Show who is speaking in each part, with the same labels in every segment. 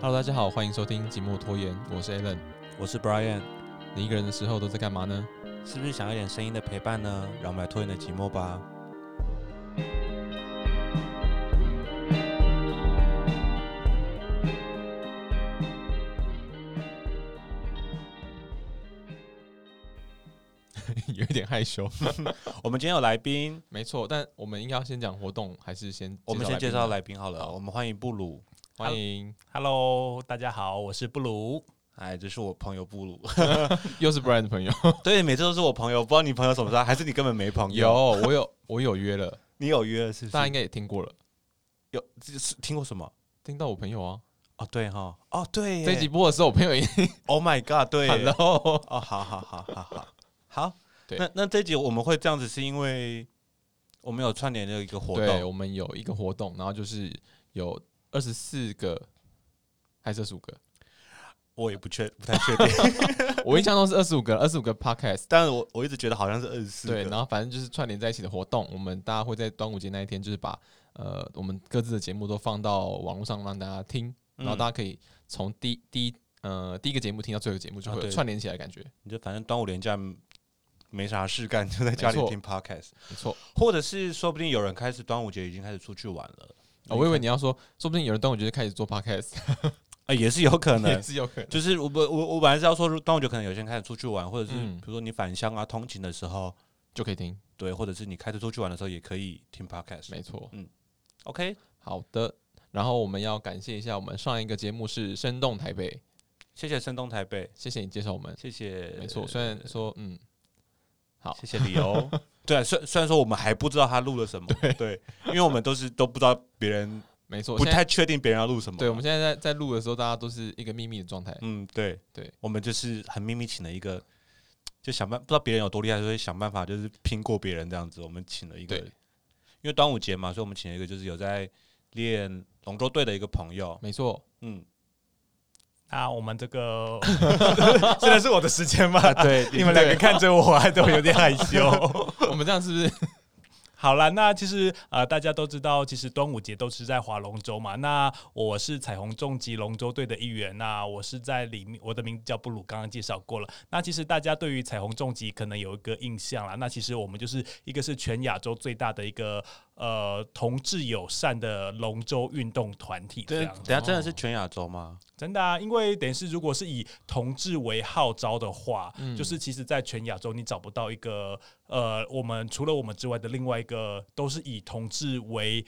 Speaker 1: Hello，大家好，欢迎收听《寂寞拖延》，我是 Alan。
Speaker 2: 我是 Brian，
Speaker 1: 你一个人的时候都在干嘛呢？
Speaker 2: 是不是想要一点声音的陪伴呢？让我们来拖延的寂寞吧。
Speaker 1: 有一点害羞。
Speaker 2: 我们今天有来宾，
Speaker 1: 没错，但我们应该要先讲活动，还是先
Speaker 2: 我们先介
Speaker 1: 宾吧
Speaker 2: 绍来宾好了。我们欢迎布鲁，
Speaker 1: 欢迎，
Speaker 3: Hello，大家好，我是布鲁。
Speaker 2: 哎，这是我朋友布鲁。
Speaker 1: 又是 Brian 的朋友。
Speaker 2: 对，每次都是我朋友，不知道你朋友什么时候，还是你根本没朋友？
Speaker 1: 有，，我有，我有约了，
Speaker 2: 你有约了是不
Speaker 1: 大家
Speaker 2: 是？
Speaker 1: 应该也听过了，
Speaker 2: 有这是听过什么？
Speaker 1: 听到我朋友啊。
Speaker 2: 哦，对哈，哦对耶，
Speaker 1: 这一集播的时候，我朋友也
Speaker 2: Oh my God，对耶
Speaker 1: Hello，
Speaker 2: 哦，好好好好好好。
Speaker 1: 对
Speaker 2: 那那这集我们会这样子，是因为我们有串联的一个活
Speaker 1: 对
Speaker 2: 动，
Speaker 1: 我们有一个活动，然后就是有二十四个还是二十五个？
Speaker 2: 我也不确不太确定，
Speaker 1: 我印象中是二十五个，二十五个 Podcast。
Speaker 2: 但是我我一直觉得好像是二十四
Speaker 1: 对，
Speaker 2: 个。
Speaker 1: 然后反正就是串联在一起的活动，我们大家会在端午节那一天，就是把呃我们各自的节目都放到网络上让大家听，然后
Speaker 2: 嗯
Speaker 1: 大家可以从第第一呃第一个节目听到最后一个节目，就
Speaker 2: 啊
Speaker 1: 会有
Speaker 2: 对
Speaker 1: 串联起来的感觉。
Speaker 2: 你就反正端午连假没啥事干，就在家里
Speaker 1: 没错
Speaker 2: 听 podcast，
Speaker 1: 没错、
Speaker 2: 或者是说不定有人开始端午节已经开始出去玩了，
Speaker 1: 哦我以为你要说，说不定有人端午节就开始做 podcast，
Speaker 2: 啊 也是有可
Speaker 1: 也
Speaker 2: 能。
Speaker 1: 是有可能。
Speaker 2: 就是我本我我本来是要说端午节可能有些人开始出去玩，或者是
Speaker 1: 嗯
Speaker 2: 比如说你返乡啊通勤的时候，
Speaker 1: 就可以听，
Speaker 2: 对，或者是你开车出去玩的时候也可以听 podcast。
Speaker 1: 没错。
Speaker 2: OK，
Speaker 1: 好的，然后我们要感谢一下，我们上一个节目是生动台北，
Speaker 2: 谢谢山东台北，
Speaker 1: 谢谢你介绍我们。
Speaker 2: 谢谢，呃
Speaker 1: 没错，虽然说嗯，好
Speaker 2: 谢谢理由。 对啊，虽虽然说我们还不知道他录了什么，对，因为我们都是都不知道别人，
Speaker 1: 没错，
Speaker 2: 不
Speaker 1: 现在
Speaker 2: 太确定别人要录什么。
Speaker 1: 对，我们现在在在录的时候，大家都是一个秘密的状态。
Speaker 2: 嗯，对
Speaker 1: 对，
Speaker 2: 我们就是很秘密请了一个，就想办不知道别人有多厉害，所以想办法就是拼过别人这样子。我们请了一个，
Speaker 1: 对
Speaker 2: 因为端午节嘛，所以我们请了一个就是有在练龙舟队的一个朋友，
Speaker 1: 没错，
Speaker 2: 嗯，
Speaker 3: 那啊我们这个 现在是我的时间吗？
Speaker 2: 对
Speaker 3: 你们两个看着我，还都有点害羞。
Speaker 1: 我们这样是不是？
Speaker 3: 好啦，那其实呃，大家都知道，其实端午节都是在划龙舟嘛。那我是彩虹重疾龙舟队的一员，那我是在里面，我的名字叫布鲁，刚刚介绍过了。那其实大家对于彩虹重疾可能有一个印象啦。那其实我们就是一个是全亚洲最大的一个呃同志友善的龙舟运动团体，这
Speaker 2: 等
Speaker 3: 样
Speaker 2: 等下真的是全亚洲吗？
Speaker 3: 真的啊，因为等于是，如果是以同志为号召的话，
Speaker 1: 嗯
Speaker 3: 就是其实，在全亚洲你找不到一个呃，我们除了我们之外的另外一个，都是以同志为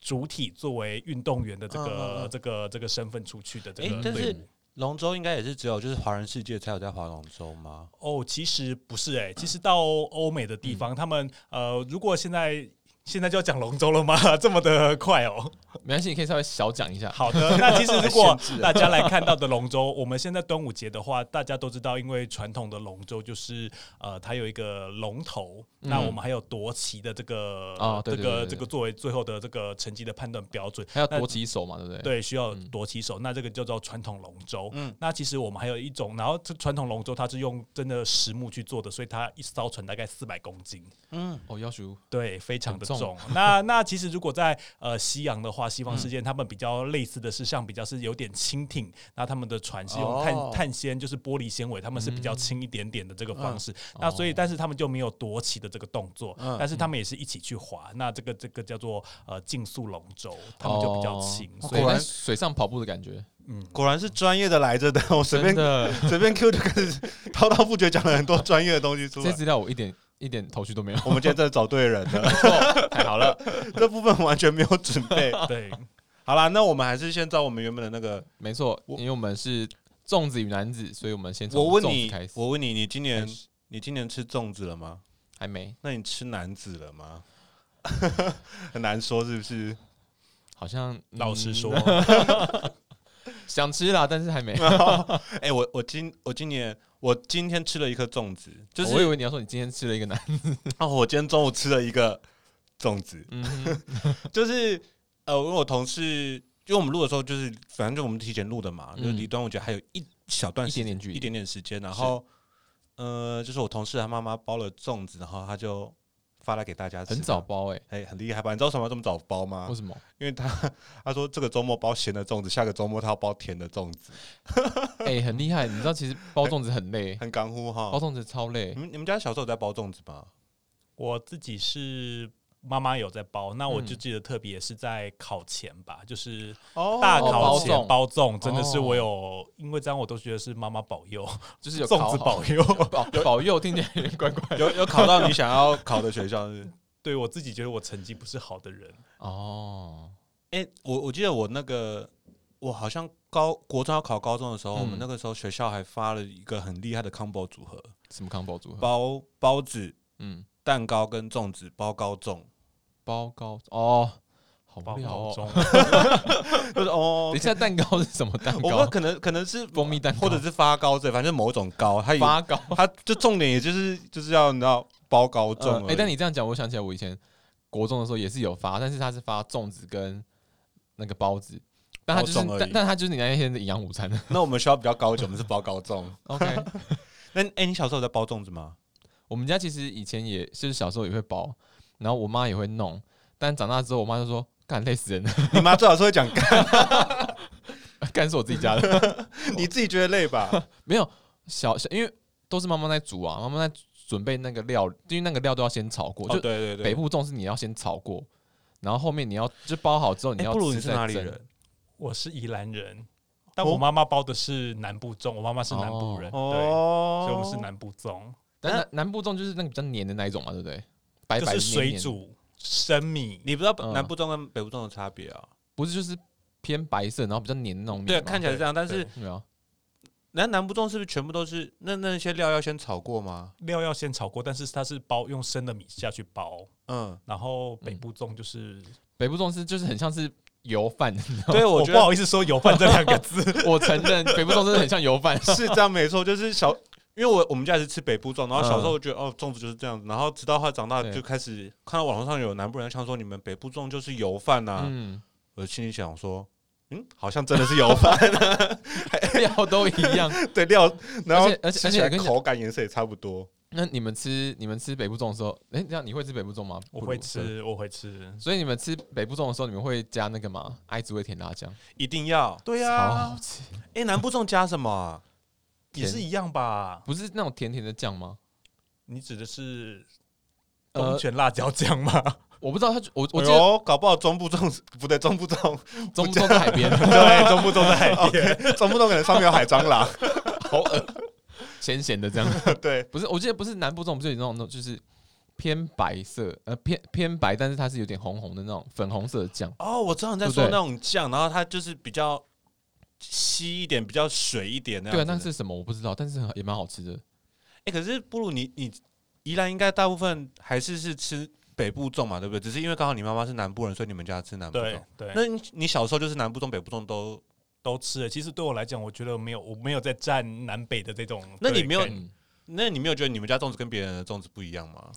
Speaker 3: 主体作为运动员的这个、
Speaker 2: 嗯嗯嗯
Speaker 3: 这个这个身份出去的这
Speaker 2: 诶
Speaker 3: 个
Speaker 2: 但
Speaker 3: 队伍。
Speaker 2: 是龙舟应该也是只有就是华人世界才有在划龙舟吗？
Speaker 3: 哦，其实不是哎、其实到欧美的地方，
Speaker 2: 嗯
Speaker 3: 他们呃，如果现在现在就要讲龙舟了吗？ 这么的快哦。
Speaker 1: 没关系，你可以稍微小讲一下。
Speaker 3: 好的，那其实 如果
Speaker 2: 限制
Speaker 3: 大家来看到的龙舟，我们现在端午节的话，大家都知道，因为传统的龙舟就是呃，它有一个龙头，
Speaker 1: 嗯
Speaker 3: 那我们还有夺旗的这个、
Speaker 1: 哦对对
Speaker 3: 这
Speaker 1: 对
Speaker 3: 个
Speaker 1: 对
Speaker 3: 这个作为最后的这个成绩的判断标准。
Speaker 1: 还要多几手嘛，对不对？，
Speaker 3: 对，需要
Speaker 1: 嗯
Speaker 3: 夺旗手，那这个叫做传统龙舟。
Speaker 2: 嗯
Speaker 3: 那其实我们还有一种，然后这传统龙舟它是用真的实木去做的，所以它一艘船大概四百公斤。
Speaker 2: 嗯，
Speaker 1: 哦，要求
Speaker 3: 对，非常
Speaker 1: 很
Speaker 3: 的重。
Speaker 1: 重
Speaker 3: 那那其实如果在呃西洋的话，西方世界
Speaker 1: 嗯
Speaker 3: 他们比较类似的是，像比较是有点轻艇，那他们的船是用碳、
Speaker 2: 哦
Speaker 3: 碳纤，就是玻璃纤维，他们是比较轻一点点的这个方式。那所以，
Speaker 1: 哦
Speaker 3: 但是他们就没有夺旗的这个动作，
Speaker 2: 嗯
Speaker 3: 但是他们也是一起去划。那这个这个叫做呃竞速龙舟，他们就比较轻。
Speaker 1: 哦
Speaker 3: 所以
Speaker 1: 果然
Speaker 2: 在
Speaker 1: 水上跑步的感觉，
Speaker 3: 嗯，
Speaker 2: 果然是专业的来着的，我随
Speaker 1: 真
Speaker 2: 便
Speaker 1: 的，
Speaker 2: 随便 Q 就开始滔滔不绝讲了很多专业的东西出
Speaker 1: 这些
Speaker 2: 来。
Speaker 1: 资料我一点一点头绪都没有。
Speaker 2: 我们今天真的找对人了，
Speaker 1: 太好了，
Speaker 2: 这部分完全没有准 备。
Speaker 3: 对，
Speaker 2: 好啦，那我们还是先照我们原本的那个。
Speaker 1: 没错，
Speaker 2: 我
Speaker 1: 因为我们是粽子与男子，所以我们先从
Speaker 2: 我问
Speaker 1: 粽子
Speaker 2: 你
Speaker 1: 开，始。
Speaker 2: 我问你，你今
Speaker 1: 开
Speaker 2: 年
Speaker 1: 始
Speaker 2: 你今年吃粽子了吗？
Speaker 1: 还没，
Speaker 2: 那你吃男子了吗？ 很难说是不是？
Speaker 1: 好像
Speaker 3: 老实说，
Speaker 1: 嗯 想吃啦，但是还没。
Speaker 2: 哎、我我今我今年我今天吃了一颗粽子，就
Speaker 1: 我以
Speaker 2: 是
Speaker 1: 为你要说你今天吃了一个男，
Speaker 2: 啊，我今天中午吃了一个粽子，
Speaker 1: 嗯哼，
Speaker 2: 就是呃，因为我同事，因为我们录的时候就是反正就我们提前录的嘛，就是
Speaker 1: 嗯
Speaker 2: 离端午节还有一小段
Speaker 1: 一
Speaker 2: 时间
Speaker 1: 点点距
Speaker 2: 一
Speaker 1: 离，
Speaker 2: 点点时间，然后呃，就是我同事他妈妈包了粽子，然后他就发来给大家吃。
Speaker 1: 很早，包哎、
Speaker 2: 哎、很厉害吧？你知道为什么要这么早包吗
Speaker 1: 为？什么？
Speaker 2: 因为他他说这个周末包咸的粽子，下个周末他要包甜的粽子，
Speaker 1: 哎、很厉害，你知道其实包粽子很累，
Speaker 2: 很嗯干乎哈
Speaker 1: 包。粽子超累
Speaker 2: 你。们你们家小时候有在包粽子吗？
Speaker 3: 我自己是妈妈有在包，那我就
Speaker 1: 嗯
Speaker 3: 记得特别是在考前吧，就是
Speaker 2: 哦
Speaker 3: 大
Speaker 1: 哦
Speaker 3: 考
Speaker 1: 包
Speaker 3: 前
Speaker 1: 粽
Speaker 3: 包粽，真的是
Speaker 1: 哦
Speaker 3: 我有，因为这样我都觉得是妈妈保佑，
Speaker 1: 就是有
Speaker 3: 粽子
Speaker 1: 烤好
Speaker 3: 保佑。
Speaker 1: 保保佑，听起来有点怪怪的。
Speaker 2: 有有考到你想要考的学校是不是？
Speaker 3: 对我自己觉得我成绩不是好的 人，
Speaker 1: 哦，
Speaker 2: 哎、我我记得我那个，我好像高国中要考高中的时候，我们
Speaker 1: 嗯
Speaker 2: 那个时候学校还发了一个很厉害的 combo 组合，
Speaker 1: 什么 combo 组合？
Speaker 2: 包包子、
Speaker 1: 嗯，
Speaker 2: 蛋糕跟粽子，包 高粽。
Speaker 1: 包糕哦，好
Speaker 3: 包
Speaker 1: 无聊
Speaker 3: 高
Speaker 1: 哦。
Speaker 3: 中
Speaker 2: 就是哦
Speaker 1: 等一，下，蛋糕是什么蛋
Speaker 2: 我不知道
Speaker 1: 糕？
Speaker 2: 可能可能是
Speaker 1: 蜂蜜蛋糕哎呃
Speaker 2: 或者是发糕这，反正某种糕，它有
Speaker 1: 发糕。
Speaker 2: 它就重点也就是就是要你知道包高粽
Speaker 1: 呃
Speaker 2: 而已。
Speaker 1: 哎、但你这样讲，我想起来我以前国中的时候也是有发，但是他是发粽子跟那个包子，但他就是
Speaker 2: 包粽而已
Speaker 1: 但但他就是你那一天的营养午餐。
Speaker 2: 那我们学校比较高级，我们是包高 粽。
Speaker 1: OK，
Speaker 2: 那哎、你小时候有在包粽子吗？
Speaker 1: 我们家其实以前也就是小时候也会包，然后我妈也会弄，但长大之后我妈就说干累死人了，
Speaker 2: 你妈最好是会讲干，
Speaker 1: 干是我自己家的，
Speaker 2: 你自己觉得累吧？
Speaker 1: 没有小小因为都是妈妈在煮啊，妈妈在准备那个料，因为那个料都要先炒过，
Speaker 2: 哦
Speaker 1: 就
Speaker 2: 对对
Speaker 1: 北部粽是你要先炒过，然后后面你要就包好之后你
Speaker 2: 哎
Speaker 1: 要
Speaker 2: 布鲁
Speaker 1: 吃
Speaker 2: 你是
Speaker 1: 再
Speaker 2: 哪里
Speaker 1: 蒸
Speaker 2: 人？？
Speaker 3: 我是宜兰人，但
Speaker 2: 哦
Speaker 3: 我妈妈包的是南部粽，我妈妈是南部人，对，
Speaker 2: 哦
Speaker 3: 所以我们是南部粽，
Speaker 1: 但南南部粽就是那个比较黏的那一种嘛，对不对？白
Speaker 3: 就
Speaker 1: 白
Speaker 3: 是
Speaker 1: 的黏
Speaker 3: 水
Speaker 1: 黏，
Speaker 3: 煮生米，
Speaker 2: 你不知道
Speaker 1: 嗯
Speaker 2: 南部粽跟北部粽的差别啊？
Speaker 1: 不是就是偏白色，然后比较黏的那种面
Speaker 2: 对，啊
Speaker 1: 吗
Speaker 2: 看起来是这样，但是
Speaker 3: 对
Speaker 1: 没有
Speaker 2: 南南部粽是不是全部都是那那些料要先炒过吗？
Speaker 3: 料要先炒过，但是它是包用生的米下去包，
Speaker 2: 嗯，
Speaker 3: 然后北部粽就是，
Speaker 1: 北部粽是就是很像是油饭，
Speaker 2: 对，
Speaker 1: 嗯
Speaker 2: 我
Speaker 3: 我
Speaker 2: 觉
Speaker 3: 不
Speaker 2: 得。
Speaker 3: 好意思说油饭这两个字，
Speaker 1: 我承认北部粽真的很像油饭
Speaker 2: 是这样没错，就是小，因为我我们家也是吃北部粽，然后小时候觉得、哦粽子就是这样子，然后直到他长大
Speaker 1: 对
Speaker 2: 就开始看到网络上有南部人像说你们北部粽就是油饭呐、啊
Speaker 1: 嗯，
Speaker 2: 我心里想说。嗯，好像真的是油饭，
Speaker 1: 料都一样。
Speaker 2: 对料，然后
Speaker 1: 而且而且
Speaker 2: 吃起来
Speaker 1: 而且我跟你讲
Speaker 2: 口感颜色也差不多。
Speaker 1: 那你们吃你们吃北部粽的时候，哎、这样你会吃北部粽吗？
Speaker 3: 我
Speaker 1: 不
Speaker 3: 会
Speaker 1: 如。对
Speaker 3: 吃，我会吃，
Speaker 1: 所以你们吃北部粽的时候，你们会加那个吗？爱滋味甜辣酱，
Speaker 2: 一定要对呀、
Speaker 1: 好好吃，
Speaker 2: 哎、南部粽加什么啊、
Speaker 3: 也是一样吧？
Speaker 1: 不是那种甜甜的酱吗？
Speaker 3: 你指的是东
Speaker 1: 呃，
Speaker 3: 泉辣椒酱吗？
Speaker 1: 我不知道它，我我
Speaker 2: 哎
Speaker 1: 记得
Speaker 2: 呦，搞不好中部粽子不对，中部粽
Speaker 1: 中部粽在海边，
Speaker 3: 对，中部 粽在海边。
Speaker 2: 中部粽可能上面有海蟑螂。
Speaker 1: 好恶， 咸咸的这样。
Speaker 2: 对，
Speaker 1: 不是，我记得不是南部粽，不是有那种那种就是偏白色，呃，偏偏白，但是它是有点红红的那种粉红色的酱。
Speaker 2: 哦，我知道你在
Speaker 1: 对不
Speaker 2: 说
Speaker 1: 对
Speaker 2: 那种酱，然后它就是比较稀一点，比较水一点那样
Speaker 1: 对
Speaker 2: 子
Speaker 1: 啊，那
Speaker 2: 的。
Speaker 1: 是什么我不知道，但是很也蛮好吃的。
Speaker 2: 哎、可是不如你你宜兰应该大部分还是是吃北部粽嘛，对不对？只是因为刚好你妈妈是南部人，所以你们家 吃南部
Speaker 3: 对
Speaker 2: 粽。
Speaker 3: 对，
Speaker 2: 那你你小时候就是南部粽、北部粽都，
Speaker 3: 都吃欸了。其实对我来讲，我觉得没有，我没有在占南北的这种。
Speaker 2: 那你没有
Speaker 3: 对
Speaker 1: 嗯，
Speaker 2: 那你没有觉得你们家粽子跟别人的粽子不一样吗？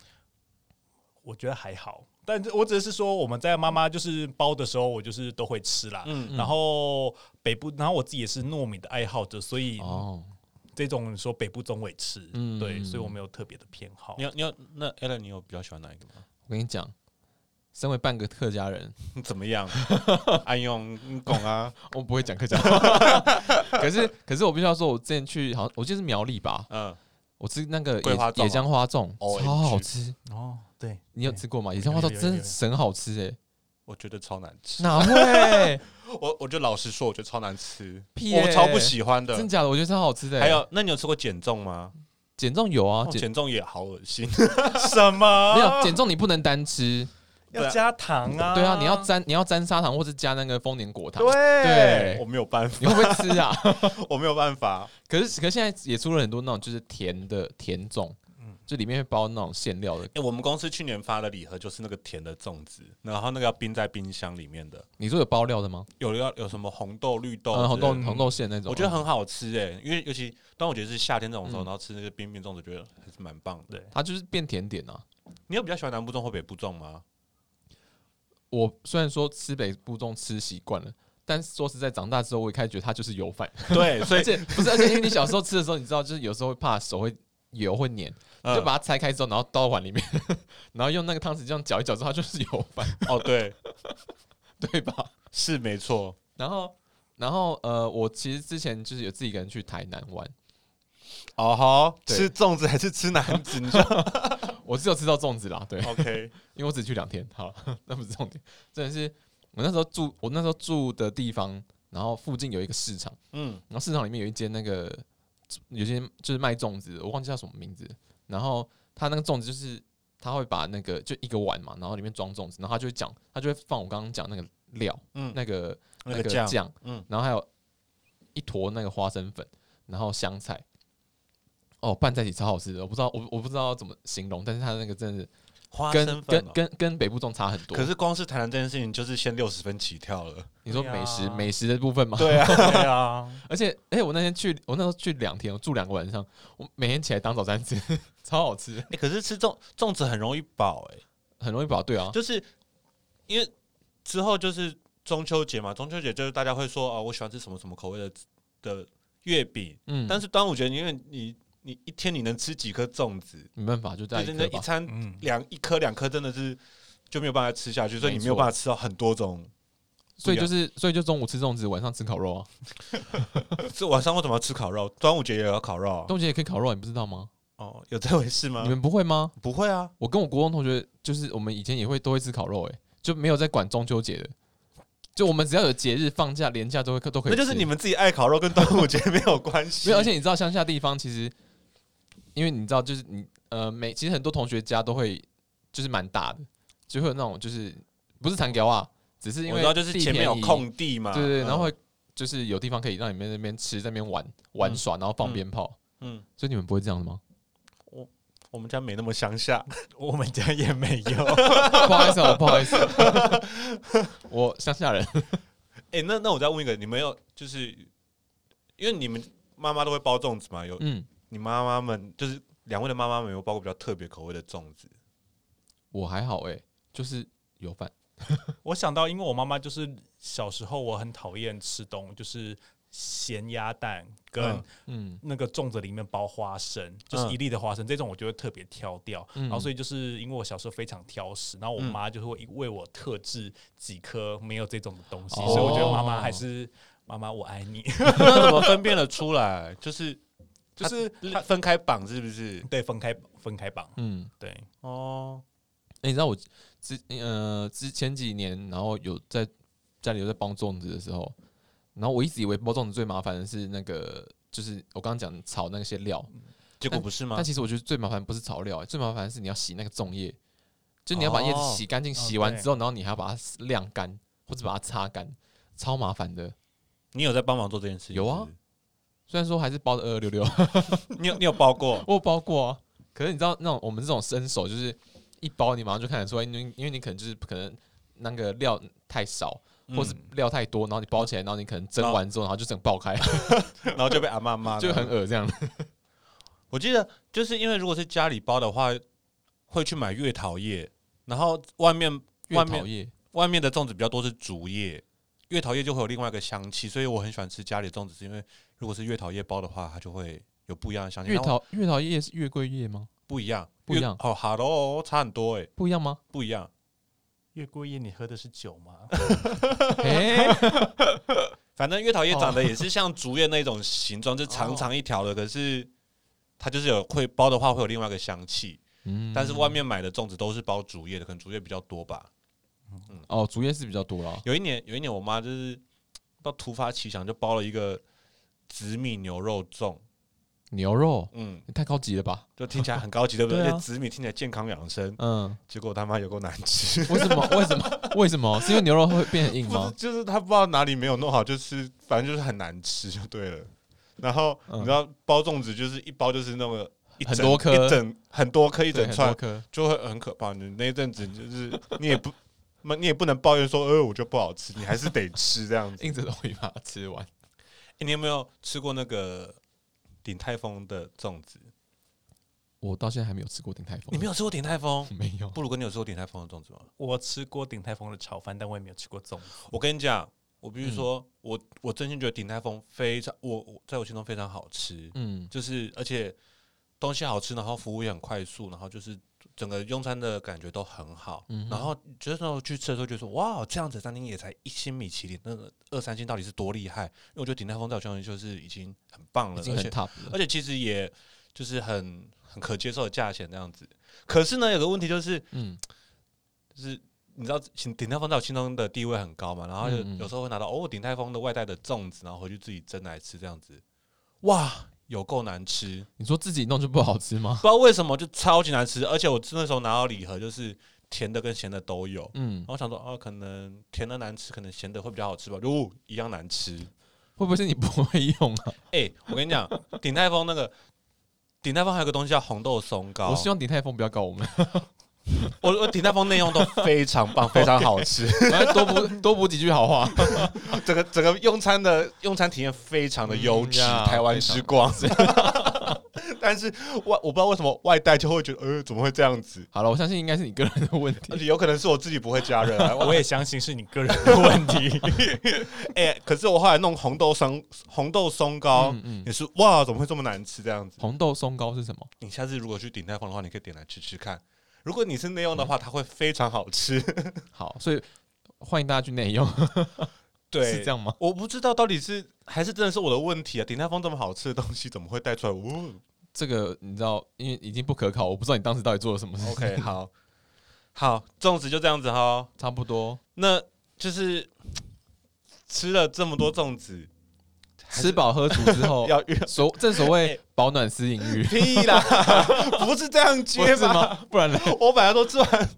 Speaker 3: 我觉得还好。但我只是说，我们在妈妈就是包的时候，我就是都会吃啦。
Speaker 2: 嗯，
Speaker 3: 然后北部，然后我自己也是糯米的爱好者，所以
Speaker 1: 哦，
Speaker 3: 这种说北部中我也吃，
Speaker 1: 嗯
Speaker 3: 对，所以我没有特别的偏好
Speaker 2: 你。有你有那 a l n 你有比较喜欢哪一个吗？
Speaker 1: 我跟你讲，身为半个客家人，
Speaker 2: 怎么样？ 安用你拱啊，
Speaker 1: 我不会讲客家话， 可是可是我必须要说，我之前去好像我记得是苗栗吧，
Speaker 2: 嗯，
Speaker 1: 我吃那个
Speaker 2: 桂
Speaker 1: 野
Speaker 2: 花粽啊
Speaker 1: 野姜花粽，
Speaker 2: OMG
Speaker 1: 超好吃。
Speaker 3: 哦， 对，
Speaker 1: 你有
Speaker 3: 对
Speaker 1: 吃过吗？野姜花粽
Speaker 3: 有有
Speaker 1: 真
Speaker 3: 有
Speaker 1: 的神好吃 哎，
Speaker 2: 我觉得超难吃。
Speaker 1: 哪会？
Speaker 2: 我我就老实说，我觉得超难吃，
Speaker 1: 屁
Speaker 2: 我
Speaker 1: 欸
Speaker 2: 超不喜欢的
Speaker 1: 真。假的？我觉得超好吃的欸。
Speaker 2: 还有，那你有吃过减重吗？
Speaker 1: 减重有啊，
Speaker 2: 哦
Speaker 1: 减
Speaker 2: 减啊重也好恶心。
Speaker 3: 什么？
Speaker 1: 没有减重你不能单吃，
Speaker 3: 要加糖啊？
Speaker 1: 对啊，你要沾你要沾砂糖，或是加那个丰年果糖。
Speaker 2: 我没有 办法，
Speaker 1: 你会不会吃啊？
Speaker 2: 我没有办法。
Speaker 1: 可是可是现在也出了很多那种就是甜的甜粽，
Speaker 2: 嗯
Speaker 1: 就里面会包那种馅料的。
Speaker 2: 哎、我们公司去年发的礼盒就是那个甜的粽子，然后那个要冰在冰箱里面的，
Speaker 1: 你说有包料的吗？
Speaker 2: 有要有什么红豆、绿豆、
Speaker 1: 嗯，红豆
Speaker 3: 是
Speaker 1: 红豆馅那种。
Speaker 2: 我觉得很好吃哎、因为尤其端午节是夏天这种时候，
Speaker 1: 嗯
Speaker 2: 然后吃那个冰冰粽子，觉得还是蛮棒的。
Speaker 3: 对，
Speaker 1: 它就是变甜点啊。
Speaker 2: 你有比较喜欢南部粽或北部粽吗？
Speaker 1: 我虽然说吃北部粽吃习惯了。但是说实在，长大之后我也开始觉得它就是油饭，
Speaker 2: 对，所
Speaker 1: 而
Speaker 2: 以
Speaker 1: 且不是，而且因为你小时候吃的时候，你知道，就是有时候会怕手会油会粘，
Speaker 2: 嗯
Speaker 1: 就把它拆开之后，然后倒到碗里面， 然后用那个汤匙这样搅一搅之后，它就是油饭，
Speaker 2: 哦，对，
Speaker 1: 对吧？
Speaker 2: 是没错。
Speaker 1: 然后，然后呃，我其实之前就是有自己一个人去台南玩，
Speaker 2: 哦吼，
Speaker 1: 对
Speaker 2: 吃粽子还是吃南子？你说
Speaker 1: 我只有吃到粽子啦，对，
Speaker 2: OK？
Speaker 1: 因为我只去两天，好， 那不是重点，真的是我那时候住，我那时候住的地方，然后附近有一个市场，
Speaker 2: 嗯，
Speaker 1: 然后市场里面有一间那个有些就是卖粽子的，我忘记叫什么名字，然后他那个粽子就是他会把那个就一个碗嘛，然后里面装粽子，然后他就会讲，他就会放我刚刚讲那个料，
Speaker 2: 嗯
Speaker 1: 那个
Speaker 2: 那
Speaker 1: 那
Speaker 2: 个
Speaker 1: 个
Speaker 2: 酱，
Speaker 1: 酱，
Speaker 2: 嗯
Speaker 1: 然后还有一坨那个花生粉，然后香菜，哦，拌在一起超好吃的，我不知道我我不知道怎么形容，但是它那个真的是
Speaker 2: 花
Speaker 1: 跟
Speaker 2: 生粉
Speaker 1: 跟
Speaker 2: 哦。
Speaker 1: 跟跟北部粽差很多。
Speaker 2: 可是光是台南这件事情，就是先六十分起跳了。
Speaker 1: 你说
Speaker 3: 对
Speaker 1: 美食、
Speaker 3: 啊
Speaker 1: 美食的部分 嘛，
Speaker 2: 对啊，
Speaker 3: 对啊，
Speaker 1: 而且哎、我那天去我那时候去两天，我住两个晚上，我每天起来当早餐吃， 超好吃，
Speaker 2: 欸可是吃粽粽子很容易饱，哎，
Speaker 1: 很容易饱。对啊，
Speaker 2: 就是因为之后就是中秋节嘛，中秋节就是大家会说啊，我喜欢吃什么什么口味的的月饼，
Speaker 1: 嗯，
Speaker 2: 但是端午节因为你你一天你能吃几颗粽子，
Speaker 1: 没办法，就在
Speaker 2: 就
Speaker 1: 一
Speaker 2: 是那
Speaker 1: 个
Speaker 2: 一
Speaker 1: 吧。
Speaker 2: 餐
Speaker 3: 嗯，
Speaker 2: 两一颗两颗真的是就没有办法吃下去，所以你
Speaker 1: 没
Speaker 2: 没有
Speaker 1: 错
Speaker 2: 办法吃到很多种。
Speaker 1: 所以就是，所以就中午吃粽子，晚上吃烤肉啊。
Speaker 2: 这晚上为什么要吃烤肉？端午节也要烤肉啊
Speaker 1: 端午节也可以烤肉，你不知道吗？
Speaker 2: 哦，有这回事吗
Speaker 1: 你？们不会吗？
Speaker 2: 不会啊，
Speaker 1: 我跟我国中同学，就是我们以前也会都会吃烤肉、欸，就没有在管中秋节的。就我们只要有节日放假、连假都会都可以
Speaker 2: 那
Speaker 1: 吃。
Speaker 2: 就是你们自己爱烤肉，跟端午 节没有关系。
Speaker 1: 没有，而且你知道乡下地方其实，因为你知道就是你呃每其实很多同学家都会就是蛮大的，就会有那种就是不是残条啊，只是因
Speaker 2: 我
Speaker 1: 为
Speaker 2: 知道，就是
Speaker 1: 地
Speaker 2: 前面有
Speaker 1: 便宜，
Speaker 2: 空地嘛，
Speaker 1: 对对对，然后
Speaker 2: 嗯
Speaker 1: 会就是有地方可以让你们在那边吃，在那边玩玩耍，然后放
Speaker 2: 嗯
Speaker 1: 鞭炮。
Speaker 2: 嗯，
Speaker 1: 所以你们不会这样的 吗？
Speaker 2: 我们家没那么乡 下，
Speaker 3: 我们家也没有。
Speaker 1: 不好意思、啊，我不好意思，啊 我乡下人。
Speaker 2: 哎、那那我再问一个，你们有就是因为你们妈妈都会包粽子嘛？有
Speaker 1: 嗯，
Speaker 2: 你妈妈们就是两位的妈妈们有包过比较特别口味的粽 子？
Speaker 1: 我还好哎、就是有饭。
Speaker 3: 我想到，因为我妈妈就是小时候我很讨厌吃东，就是咸鸭蛋跟
Speaker 2: 嗯
Speaker 1: 嗯
Speaker 3: 那个粽子里面包花生，就是一粒的花生，这种我就会特别挑掉。
Speaker 1: 嗯
Speaker 3: 然后所以就是因为我小时候非常挑食，然后我
Speaker 2: 嗯
Speaker 3: 妈就会为我特制几颗没有这种的东西，
Speaker 1: 哦
Speaker 3: 所以我觉得妈妈还是妈妈我爱你。
Speaker 2: 那怎么分辨得出来？ 就是
Speaker 3: 就是
Speaker 2: 它分开绑是不是？
Speaker 3: 对分开分开绑，
Speaker 1: 嗯，
Speaker 3: 对，
Speaker 2: 哦，
Speaker 1: 欸你知道我之呃之前几年，然后有在家里有在包粽子的时候，然后我一直以为包粽子最麻烦的是那个，就是我刚刚讲炒那些料，
Speaker 3: 嗯
Speaker 2: 结果不是吗
Speaker 1: 但？其实我觉得最麻烦不是炒料、欸最麻烦的是你要洗那个粽叶，就你要把叶子
Speaker 2: 哦
Speaker 1: 洗干净，洗
Speaker 3: 哦
Speaker 1: 完
Speaker 3: 对
Speaker 1: 之后，然后你还要把它晾干或者把它擦干，超麻烦的。
Speaker 2: 你有在帮忙做这件事情？
Speaker 1: 有啊
Speaker 2: 是
Speaker 1: 虽然说还是包的二二六六，
Speaker 2: 不是，你有你有包过
Speaker 1: 我有包过啊，可是你知道那种我们这种生手就是一包你马上就看得出来，因为因为你可能就是可能那个料太少。
Speaker 2: 嗯
Speaker 1: 或是料太多，然后你包起来，然后你可能蒸完之后，然后就整爆开，
Speaker 2: 啊然后就被阿妈骂了，
Speaker 1: 就很恶这样。
Speaker 2: 我记得就是因为如果是家里包的话，会去买月桃叶，然后外面
Speaker 1: 越
Speaker 2: 外
Speaker 1: 讨
Speaker 2: 面
Speaker 1: 厌，
Speaker 2: 外面的粽子比较多是竹叶，月桃叶就会有另外一个香气，所以我很喜欢吃家里的粽子，是因为如果是月桃叶包的话，它就会有不一样的香气。
Speaker 1: 越
Speaker 2: 然后
Speaker 1: 讨越讨厌是月桂叶吗？
Speaker 2: 不一样，
Speaker 1: 不一样
Speaker 2: 月哦，hello，差很多哎、
Speaker 1: 不一样吗？
Speaker 2: 不一样。
Speaker 3: 月桂叶，你喝的是酒吗？
Speaker 1: 哎，
Speaker 2: 反正月桃叶长得也是像竹叶那种形状，就是长长一条的，可是它就是有会包的话会有另外一个香气，
Speaker 1: 嗯
Speaker 2: 但是外面买的粽子都是包竹叶的，可能竹叶比较多吧。
Speaker 1: 哦，竹叶是比较多啦。
Speaker 2: 有一年，有一年我妈就是不知道突发奇想，就包了一个紫米牛肉粽，
Speaker 1: 牛肉
Speaker 2: 嗯，
Speaker 1: 你太高级了吧？
Speaker 2: 就听起来很高 级，对不对？
Speaker 1: 对啊
Speaker 2: 而且紫米听起来健康养生，
Speaker 1: 嗯，
Speaker 2: 结果他妈有够难吃。
Speaker 1: 为什么？为什么？为什么？是因为牛肉会变很硬
Speaker 2: 不是
Speaker 1: 吗，？
Speaker 2: 就是他不知道哪里没有弄好，就是反正就是很难吃就对了。然后
Speaker 1: 嗯
Speaker 2: 你知道包粽子就是一包就是那个一整
Speaker 1: 很多颗
Speaker 2: 一整很多颗一
Speaker 1: 一
Speaker 2: 整
Speaker 1: 很多
Speaker 2: 串，
Speaker 1: 颗，
Speaker 2: 就会很可怕。你那一阵子就是你也不。 你也不能抱怨说，呃，我就不好吃，你还是得吃这样子。
Speaker 1: 硬着头皮把它吃完。
Speaker 2: 欸你有没有吃过那个鼎泰丰的粽子？
Speaker 1: 我到现在还没有吃过鼎泰丰，
Speaker 2: 你没有吃过鼎泰丰？
Speaker 1: 没有？
Speaker 2: 布鲁哥，你有吃过鼎泰丰的粽子吗？
Speaker 3: 我吃过鼎泰丰的炒饭，但我也没有吃过粽 子。
Speaker 2: 我跟你讲，我
Speaker 1: 嗯
Speaker 2: 必须说，我我真心觉得鼎泰丰非常，我我在我心中非常好吃，
Speaker 1: 嗯，
Speaker 2: 就是而且东西好吃，然后服务也很快速，然后就是整个用餐的感觉都很好。
Speaker 1: 嗯哼
Speaker 2: 然后就是那时候去吃的时候，就说哇，这样子的餐厅也才一星米其林，那个二三星到底是多厉害？因为我觉得鼎泰丰在我心中就是已经很棒了，
Speaker 1: 已经
Speaker 2: 而
Speaker 1: 很
Speaker 2: 且
Speaker 1: top 了。
Speaker 2: 而且其实也就是很很可接受的价钱这样子。可是呢，有个问题就是
Speaker 1: 嗯，
Speaker 2: 就是。你知道鼎鼎泰丰在我心中的地位很高嘛？然后有
Speaker 1: 嗯嗯
Speaker 2: 有时候会拿到哦鼎泰丰的外带的粽子，然后回去自己蒸来吃这样子，哇，有够难吃。
Speaker 1: 你说自己弄就不好吃吗？
Speaker 2: 不知道为什么就超级难吃，而且我那时候拿到礼盒就是甜的跟咸的都有，
Speaker 1: 嗯
Speaker 2: 然，后我想说哦，可能甜的难吃，可能咸的会比较好吃吧，就、哦、一样难吃。
Speaker 1: 会不会是你不会用啊？
Speaker 2: 哎、我跟你讲，鼎泰丰那个鼎泰丰还有个东西叫红豆松糕，
Speaker 1: 我希望鼎泰丰不要告我们，
Speaker 2: 我我鼎泰丰内用都非常 棒，非常好吃，
Speaker 1: 我要多补多补几句好话。
Speaker 2: 整个整个用餐的用餐体验非常的优
Speaker 1: 嗯
Speaker 2: 质，
Speaker 1: 呀
Speaker 2: 台湾之光。 但是外我不知道为什么外带就会觉得，呃，怎么会这样子？
Speaker 1: 好了，我相信应该是你个人的问题
Speaker 2: 而。且有可能是我自己不会加热、 啊，
Speaker 3: 哦我也相信是你个人的问题。
Speaker 2: 哎、可是我后来弄红豆松红豆松糕，
Speaker 1: 嗯嗯，
Speaker 2: 也是哇，怎么会这么难吃这样子？
Speaker 1: 红豆松糕是什么？
Speaker 2: 你下次如果去鼎泰丰的话，你可以点来吃吃看。如果你是内用的话，它会非常好吃。
Speaker 1: 好，所以欢迎大家去内用， 是这，样吗？
Speaker 2: 我不知道到底是还是真的是我的问题啊！鼎泰丰这么好吃的东西，怎么会带出来？呜、
Speaker 1: 这个你知道，因为已经不可考，我不知道你当时到底做了什么事。
Speaker 2: o k 好，好，粽子就这样子哈。
Speaker 1: 差不多，
Speaker 2: 那就是吃了这么多粽子，还是
Speaker 1: 吃饱喝足之后，
Speaker 2: 要运
Speaker 1: 所正所谓保暖思淫欲，
Speaker 2: 屁啦，不是这样
Speaker 1: 不
Speaker 2: 接
Speaker 1: 是
Speaker 2: 吧？
Speaker 1: 吗？不然嘞，
Speaker 2: 我本来都吃完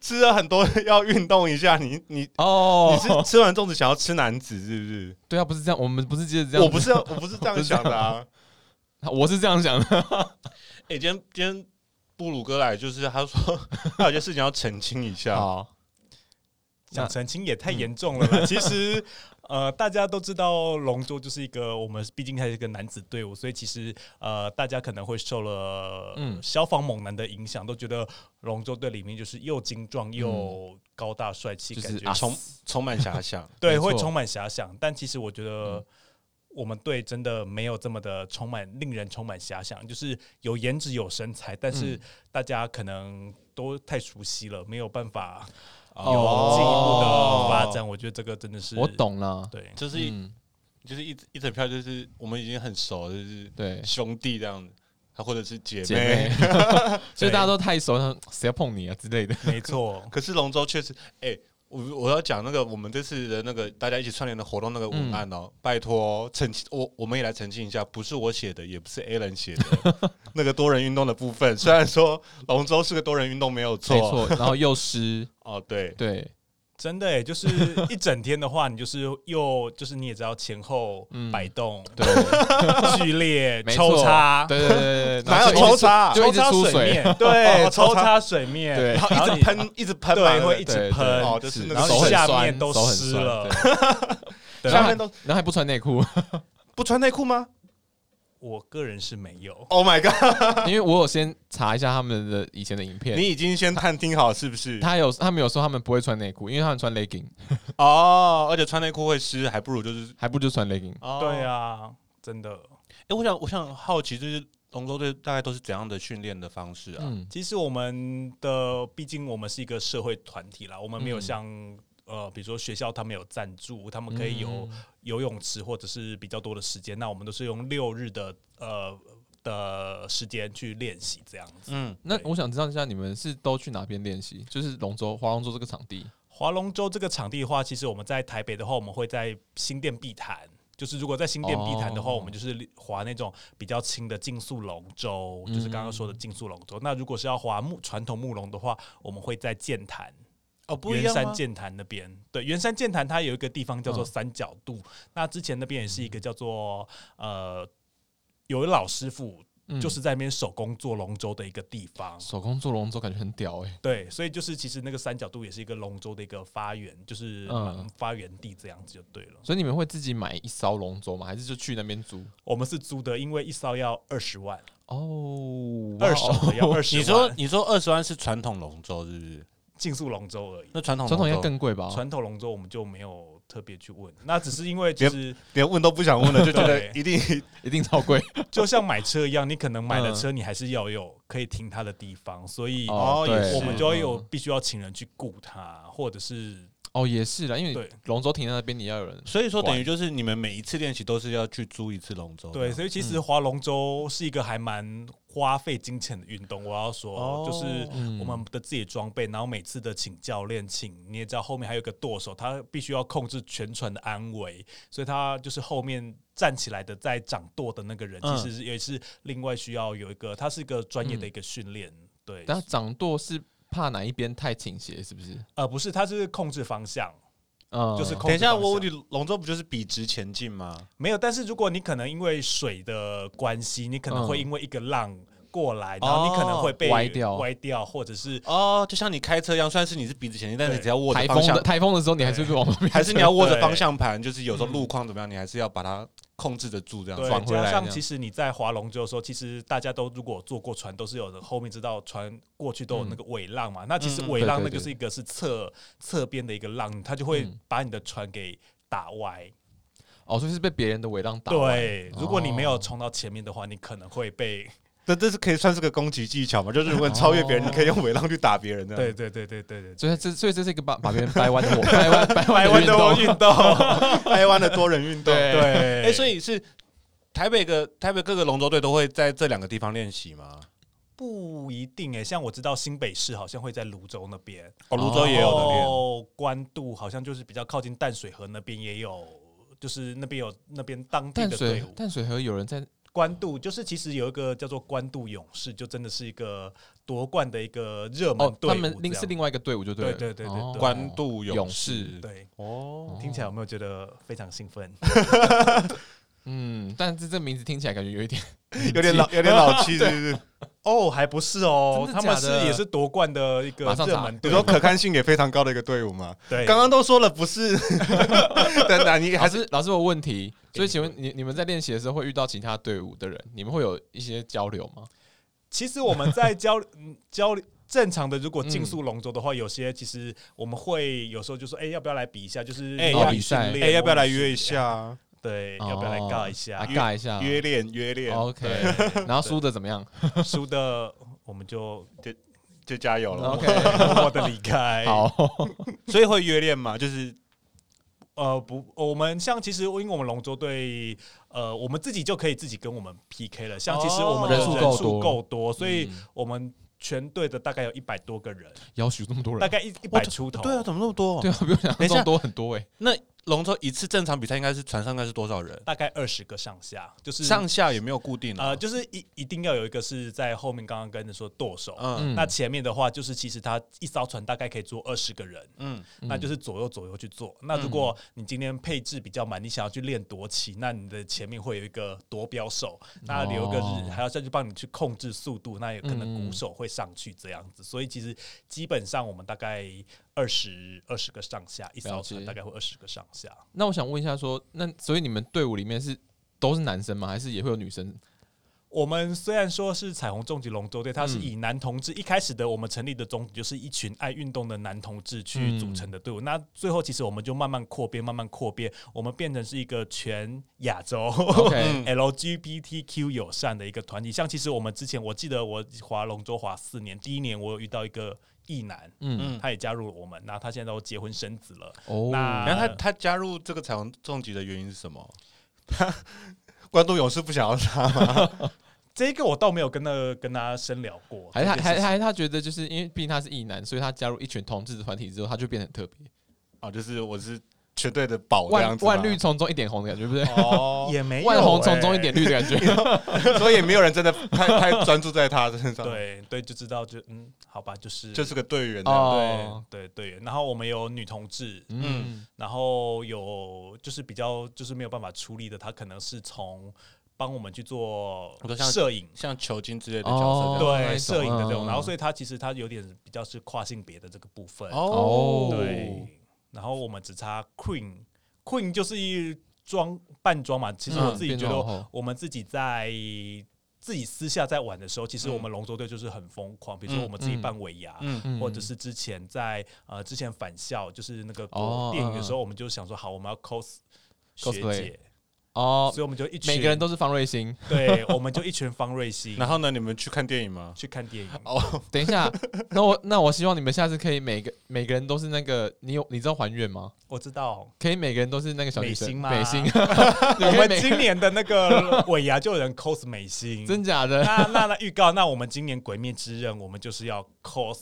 Speaker 2: 吃了很多，要运动一下。你你
Speaker 1: 哦
Speaker 2: 你，是吃完粽子想要吃男子是不是？
Speaker 1: 对啊，不是这样，我们不是接着这样，
Speaker 2: 我不是我不是这样想的 啊。
Speaker 1: 我是这样想的，
Speaker 2: 哎、今天今天布鲁哥来，就是他说 他有些事情要澄清一下。
Speaker 1: 好，
Speaker 3: 想澄清也太严重了啦。
Speaker 1: 嗯
Speaker 3: 其实，呃，大家都知道龙舟就是一个我们毕竟还是一个男子队伍，所以其实呃，大家可能会受了
Speaker 1: 嗯
Speaker 3: 消防猛男的影响，都觉得龙舟队里面就是又精壮又高大帅
Speaker 1: 嗯
Speaker 3: 气，
Speaker 1: 就是
Speaker 3: 感觉
Speaker 1: 啊
Speaker 2: 充充满遐想，
Speaker 1: 没
Speaker 3: 对
Speaker 1: 错
Speaker 3: 会充满遐想。但其实我觉得
Speaker 1: 嗯。
Speaker 3: 我们队真的没有这么的充满令人充满遐想，就是有颜值有身材，但是
Speaker 1: 嗯
Speaker 3: 大家可能都太熟悉了，没有办法有
Speaker 1: 哦
Speaker 3: 进一步的发展，我觉得这个真的是
Speaker 1: 我，懂了，
Speaker 3: 对，
Speaker 2: 就是一、
Speaker 1: 嗯，
Speaker 2: 就是一一整票，就是我们已经很熟，就是
Speaker 1: 对，
Speaker 2: 兄弟这样子，啊或者是姐妹。，
Speaker 1: 姐妹， 所以大家都太熟，了，谁要碰你啊之类的，
Speaker 3: 没错
Speaker 2: 可是龙舟确实，哎、我我要讲那个我们这次的那个大家一起串联的活动那个文案哦，拜托哦澄清，我我们也来澄清一下，不是我写的，也不是 A 人写的，那个多人运动的部分，虽然说龙舟是个多人运动没有错，
Speaker 1: 没错，然后又湿，
Speaker 2: 哦，对，
Speaker 1: 对，
Speaker 3: 真的哎，就是一整天的话，你就是又就是你也知道前后
Speaker 1: 嗯
Speaker 3: 摆动、
Speaker 1: 对，
Speaker 3: 剧烈、
Speaker 1: 没错
Speaker 3: 抽插，
Speaker 1: 对对对对，
Speaker 2: 哪
Speaker 1: 然后
Speaker 2: 有
Speaker 1: 就一直
Speaker 2: 抽插？
Speaker 1: 就一
Speaker 3: 抽
Speaker 1: 直
Speaker 3: 插
Speaker 1: 出水
Speaker 3: 水面，
Speaker 2: 哦
Speaker 3: 对，
Speaker 2: 抽
Speaker 3: 抽
Speaker 2: 插
Speaker 3: 插水面，
Speaker 1: 对
Speaker 2: 然后
Speaker 3: 然后
Speaker 2: 一
Speaker 3: 你
Speaker 2: 直喷，一直喷嘛，
Speaker 3: 对
Speaker 2: 不
Speaker 3: 会一直
Speaker 1: 对对
Speaker 3: 喷
Speaker 2: 哦就是那个
Speaker 1: 然后
Speaker 3: 手
Speaker 1: 很
Speaker 3: 下
Speaker 1: 酸
Speaker 3: 面都
Speaker 1: 手很
Speaker 3: 湿
Speaker 1: 酸
Speaker 3: 了
Speaker 1: 对
Speaker 3: 对
Speaker 1: 然
Speaker 2: 下
Speaker 1: 后
Speaker 2: 面都
Speaker 1: 然后还不穿内裤，
Speaker 2: 不穿内裤吗
Speaker 3: 我个人是没有，
Speaker 2: ？Oh my god！
Speaker 1: 因为我有先查一下他们的以前的影片，
Speaker 2: 你已经先探听好是不是？
Speaker 1: 他有他们有说他们不会穿内裤，因为他们穿 legging，
Speaker 2: 哦，而且穿内裤会湿，还不如就是
Speaker 1: 还不就穿 legging。
Speaker 2: 哦
Speaker 3: 对啊，真的。
Speaker 2: 哎、我想我想好奇，就是龙舟队大概都是怎样的训练的方式啊？
Speaker 1: 嗯，
Speaker 3: 其实我们的，毕竟我们是一个社会团体啦，我们没有
Speaker 1: 嗯
Speaker 3: 像、呃，比如说学校他们有赞助，他们可以有、
Speaker 1: 嗯
Speaker 3: 游泳池或者是比较多的时间，那我们都是用六日的呃的时间去练习这样子。
Speaker 2: 嗯，
Speaker 1: 那
Speaker 3: 对
Speaker 1: 我想知道一下，你们是都去哪边练习？就是龙舟、划龙舟这个场地。
Speaker 3: 划龙舟这个场地的话，其实我们在台北的话，我们会在新店碧潭。就是如果在新店碧潭的话，
Speaker 1: 哦
Speaker 3: 我们就是划那种比较轻的竞速龙舟，
Speaker 1: 嗯
Speaker 3: 就是刚刚说的竞速龙舟。那如果是要划木传统木龙的话，我们会在剑潭。
Speaker 2: 哦，不一
Speaker 3: 圆
Speaker 2: 样
Speaker 3: 山
Speaker 2: 吗？
Speaker 3: 剑潭那边，对，圆山剑潭它有一个地方叫做
Speaker 1: 嗯
Speaker 3: 三角渡，那之前那边也是一个叫做呃，有老师傅
Speaker 1: 嗯
Speaker 3: 就是在那边手工做龙舟的一个地方。
Speaker 1: 手工做龙舟，感觉很屌哎、
Speaker 3: 对，所以就是其实那个三角渡也是一个龙舟的一个发源，就是、
Speaker 1: 嗯
Speaker 3: 嗯、发源地这样子就对了。
Speaker 1: 所以你们会自己买一艘龙舟吗？还是就去那边租？
Speaker 3: 我们是租的，因为一艘要二十万，
Speaker 1: 哦，哇
Speaker 3: 二手的要二十
Speaker 2: 你
Speaker 3: 万，
Speaker 2: 说你说二十万是传统龙舟是不是？
Speaker 3: 竞速龙舟而已，
Speaker 2: 那传统
Speaker 1: 哦传统应该
Speaker 2: 龙舟
Speaker 1: 更贵吧？
Speaker 3: 传统龙舟我们就没有特别去问，那只是因为就是
Speaker 2: 连问都不想问了，就觉得
Speaker 3: 对
Speaker 2: 一定
Speaker 1: 一定超 贵。
Speaker 3: 就像买车一样，你可能买了车，你还是要有可以停它的地方，所以
Speaker 2: 哦也是
Speaker 3: 我们就要有
Speaker 1: 嗯
Speaker 3: 必须要请人去雇它，或者是
Speaker 1: 哦，也是啦，因为
Speaker 3: 对
Speaker 1: 龙舟停在那边，你要有人
Speaker 2: 所以说等于就是你们每一次练习都是要去租一次龙舟的，
Speaker 3: 对，所以其实划龙舟是一个还蛮花费金钱的运动。我要说，
Speaker 2: 哦
Speaker 3: 就是
Speaker 1: 嗯
Speaker 3: 我们的自己的装备，然后每次的请教练，请你也知道后面还有一个舵手，他必须要控制全船的安危，所以他就是后面站起来的在掌舵的那个人，
Speaker 1: 嗯
Speaker 3: 其实也是另外需要有一个，他是一个专业的一个训练。对，
Speaker 1: 但掌舵是怕哪一边太倾斜，是不是？
Speaker 3: 呃，不是，他是控制方向，
Speaker 1: 嗯，
Speaker 3: 就是控制
Speaker 2: 等一下，
Speaker 3: 方向
Speaker 2: 我问你，龙舟不就是笔直前进吗？
Speaker 3: 没有，但是如果你可能因为水的关系，你可能会因为一个浪过来，然后你可能会被
Speaker 1: 嗯哦歪掉
Speaker 3: 歪掉，或者是
Speaker 2: 哦，就像你开车一样，虽然是你是笔直前进，但是
Speaker 3: 对
Speaker 2: 你只要握着
Speaker 1: 台
Speaker 2: 方
Speaker 1: 风
Speaker 2: 向
Speaker 1: 的，台风的时候，你还是会往那边
Speaker 2: 还是你要握着
Speaker 3: 对
Speaker 2: 方向盘，就是有时候路况怎么样，你还是要把它控制得住这样子。
Speaker 1: 转
Speaker 3: 对，
Speaker 1: 哦回来
Speaker 3: 加
Speaker 1: 这
Speaker 3: 上
Speaker 1: 样
Speaker 3: 其实你在划龙舟的时候，其实大家都如果坐过船，都是有的后面知道船过去都有那个尾浪嘛。那其实
Speaker 2: 嗯嗯
Speaker 3: 尾浪
Speaker 1: 对
Speaker 3: 那
Speaker 1: 嗯对
Speaker 3: 就是一个是侧侧边的一个浪，它就会
Speaker 1: 嗯
Speaker 3: 把你的船给打歪。
Speaker 1: 哦，所以是被别人的围浪打完。
Speaker 3: 对，如果你没
Speaker 1: 哦
Speaker 3: 有冲到前面的话，你可能会被。
Speaker 2: 这这是可以算是个攻击技巧嘛？就是如果你超越别人，
Speaker 1: 哦
Speaker 2: 你可以用尾浪去打别人的。
Speaker 3: 对，对对对对对对，
Speaker 1: 所以这所以这是一个把把别人掰弯 的活掰弯掰
Speaker 3: 台
Speaker 1: 弯的运
Speaker 3: 湾的
Speaker 1: 动。
Speaker 3: 运动，
Speaker 2: 台湾的多人运动。
Speaker 1: 对
Speaker 3: 对，
Speaker 2: 哎，所以是台北各台北各个龙舟队都会在这两个地方练习吗？
Speaker 3: 不一定哎、像我知道新北市好像会在泸州那边，
Speaker 2: 哦，泸
Speaker 1: 都
Speaker 2: 州也有的练。
Speaker 3: 哦，关渡好像就是比较靠近淡水河那边也有，就是那边有那边当地
Speaker 1: 淡
Speaker 3: 的
Speaker 1: 水
Speaker 3: 队伍。
Speaker 1: 淡水河有人在
Speaker 3: 关渡就是其实有一个叫做关渡勇士，就真的是一个夺冠的一个热门
Speaker 1: 哦，
Speaker 3: 队
Speaker 1: 他
Speaker 3: 伍这样、
Speaker 1: 们另是另外一个队伍就了。
Speaker 3: 对对对对
Speaker 1: 哦
Speaker 3: 对
Speaker 2: 关渡
Speaker 1: 勇
Speaker 2: 勇
Speaker 1: 士
Speaker 2: 士，
Speaker 3: 对。
Speaker 2: 哦，
Speaker 3: 听起来有没有觉得非常兴奋？
Speaker 1: 嗯，但是这名字听起来感觉有一点
Speaker 2: 有点老，有点老气，是不是？
Speaker 3: 哦，还不是哦，
Speaker 1: 真的
Speaker 3: 他
Speaker 1: 假的
Speaker 3: 们是也是夺冠的一个
Speaker 1: 马上查
Speaker 3: 热门
Speaker 2: 你
Speaker 3: 队伍
Speaker 2: 说。可看性也非常高的一个队伍嘛？
Speaker 3: 对，
Speaker 2: 刚刚都说了不是，等等，你还
Speaker 1: 还
Speaker 2: 是
Speaker 1: 是老师我有问题，所以
Speaker 3: 给你
Speaker 1: 请问你你们在练习的时候会遇到其他队伍的人，你们会有一些交流吗？
Speaker 3: 其实我们在交 嗯交流正常的，如果竞速龙舟的话，有些其实我们会有时候就说，哎、要不要来比一下？就是
Speaker 2: 哎
Speaker 3: 模拟
Speaker 1: 比赛
Speaker 3: 训练
Speaker 2: 哎，要不要来约一？
Speaker 3: 模拟训练
Speaker 2: 下？啊
Speaker 3: 对，
Speaker 1: 哦
Speaker 3: 哎要不要来尬一下
Speaker 1: 啊？尬一下
Speaker 2: 约练，约练，
Speaker 1: ，OK。然后输的怎么样
Speaker 3: 输的我们就
Speaker 2: 就加油了。
Speaker 1: ？OK，
Speaker 3: 默默的离开。，
Speaker 1: 好，
Speaker 2: 所以会约练嘛？就是
Speaker 3: 呃，不，我们像其实因为我们龙舟队，呃，我们自己就可以自己跟我们 PK 了。像其实我们的
Speaker 1: 人数
Speaker 3: 人
Speaker 1: 够
Speaker 3: 数
Speaker 1: 多
Speaker 3: 够多，所以
Speaker 1: 嗯
Speaker 3: 我们全队的大概有一百多个人，
Speaker 1: 要许这么多
Speaker 3: 大
Speaker 1: 人，
Speaker 3: 概一一百出头。
Speaker 2: 对啊，怎么那么多？
Speaker 1: 嗯对啊，比我想
Speaker 2: 等
Speaker 1: 象
Speaker 2: 一下
Speaker 1: 中多很多哎。
Speaker 2: 那龙舟一次正常比赛应该是船上应该是多少人？
Speaker 3: 大概二十个上下，就是
Speaker 2: 上下也没有固定
Speaker 3: 呃，
Speaker 2: 啊。
Speaker 3: 就是一一定要有一个是在后面，刚刚跟着说舵手。
Speaker 2: 嗯
Speaker 1: 嗯
Speaker 3: 那前面的话，就是其实他一艘船大概可以坐二十个人，
Speaker 2: 嗯，
Speaker 3: 那就是左右左右去坐。
Speaker 1: 嗯
Speaker 3: 那如果你今天配置比较满，你想要去练夺旗，那你的前面会有一个夺标手，那留一个
Speaker 1: 哦
Speaker 3: 日，还要再去帮你去控制速度，那也可能
Speaker 1: 嗯
Speaker 3: 鼓手会上去这样子。所以其实基本上我们大概二十二十个上下，一艘
Speaker 1: 了解
Speaker 3: 船大概会二十个上下。
Speaker 1: 那我想问一下说，那所以你们队伍里面是都是男生吗？还是也会有女 生？
Speaker 3: 我们虽然说是彩虹重疾龙舟队，它是
Speaker 1: 嗯
Speaker 3: 以男同志、一开始的我们成立的宗旨就是一群爱运动的男同志去
Speaker 1: 嗯
Speaker 3: 组成的队伍。那最后其实我们就慢慢扩编，慢慢扩编，我们变成是一个全亚洲 嗯
Speaker 1: OK，
Speaker 3: LGBTQ 友善的一个团体。像其实我们之前，我记得我划龙舟划四年，第一年我有遇到一个异男，
Speaker 1: 嗯，
Speaker 2: 嗯
Speaker 3: 他也加入了我们，那他现在都结婚生子了。
Speaker 1: 哦
Speaker 3: 那，
Speaker 2: 然后他他加入这个彩虹重疾的原因是什么？他关东勇士不想要他吗？
Speaker 3: 这个我倒没有跟那跟他深聊过，
Speaker 1: 还是他
Speaker 3: 这件
Speaker 1: 还
Speaker 3: 事情
Speaker 1: 还是他觉得就是因为毕竟他是异男，所以他加入一群同志团体之后，他就变得很特别，
Speaker 2: 哦，就是我是全队的宝哦这
Speaker 1: 万
Speaker 2: 样子吗。
Speaker 1: 万绿丛中一点红的感觉，对不对？
Speaker 2: 哦，
Speaker 3: 也没有、
Speaker 1: 万红丛
Speaker 3: 欸
Speaker 1: 中一点绿的感觉。
Speaker 2: 所以也没有人真的太太专注在他身上。，
Speaker 3: 对对，就知道就嗯，好吧，就是
Speaker 2: 就是个队员
Speaker 1: 哦
Speaker 2: 哦。
Speaker 3: 对对对。然后我们有女同志，
Speaker 1: 嗯，
Speaker 3: 然后有就是比较就是没有办法出力的，她可能是从帮我们去做
Speaker 2: 我说像
Speaker 3: 摄影。
Speaker 2: 像球精之类的角色这样。
Speaker 1: 哦那一
Speaker 3: 对
Speaker 1: 种
Speaker 3: 摄影的这种，
Speaker 1: 嗯
Speaker 3: 然后所以她其实她有点比较是跨性别的这个部分，
Speaker 1: 哦
Speaker 3: 对。然后我们只差 Queen，Queen 就是一装扮装嘛。其实我
Speaker 1: 嗯
Speaker 3: 自己觉
Speaker 1: 变装皇
Speaker 3: 得
Speaker 1: 后
Speaker 3: 我们自己在自己私下在玩的时候，其实我们龙舟队就是很疯狂，比如说我们自己办尾牙，
Speaker 2: 嗯
Speaker 1: 嗯
Speaker 3: 或者是之前在呃之前返校，就是那个
Speaker 1: 哦
Speaker 3: 电影的时候，我们就想说好，我们要 cos 学
Speaker 1: Cosplay
Speaker 3: 姐，
Speaker 1: 哦
Speaker 3: 所以，我们就一群
Speaker 1: 每个人都是方瑞欣。
Speaker 3: 对，我们就一群方瑞欣
Speaker 2: 然后呢，你们去看电影吗？
Speaker 3: 去看电影。
Speaker 1: 哦等一下，那我那我希望你们下次可以每个每个人都是那个，你有你知道还愿吗？
Speaker 3: 我知道，
Speaker 1: 可以每个人都是那个小女
Speaker 3: 美
Speaker 1: 生
Speaker 3: 心吗
Speaker 1: 美心，
Speaker 3: 我
Speaker 1: 我
Speaker 3: 们今年的那 个尾牙就有人 cos 美心，
Speaker 1: 真假的
Speaker 3: 那那那预告，那我们今年《鬼灭之刃》，我们就是要 cos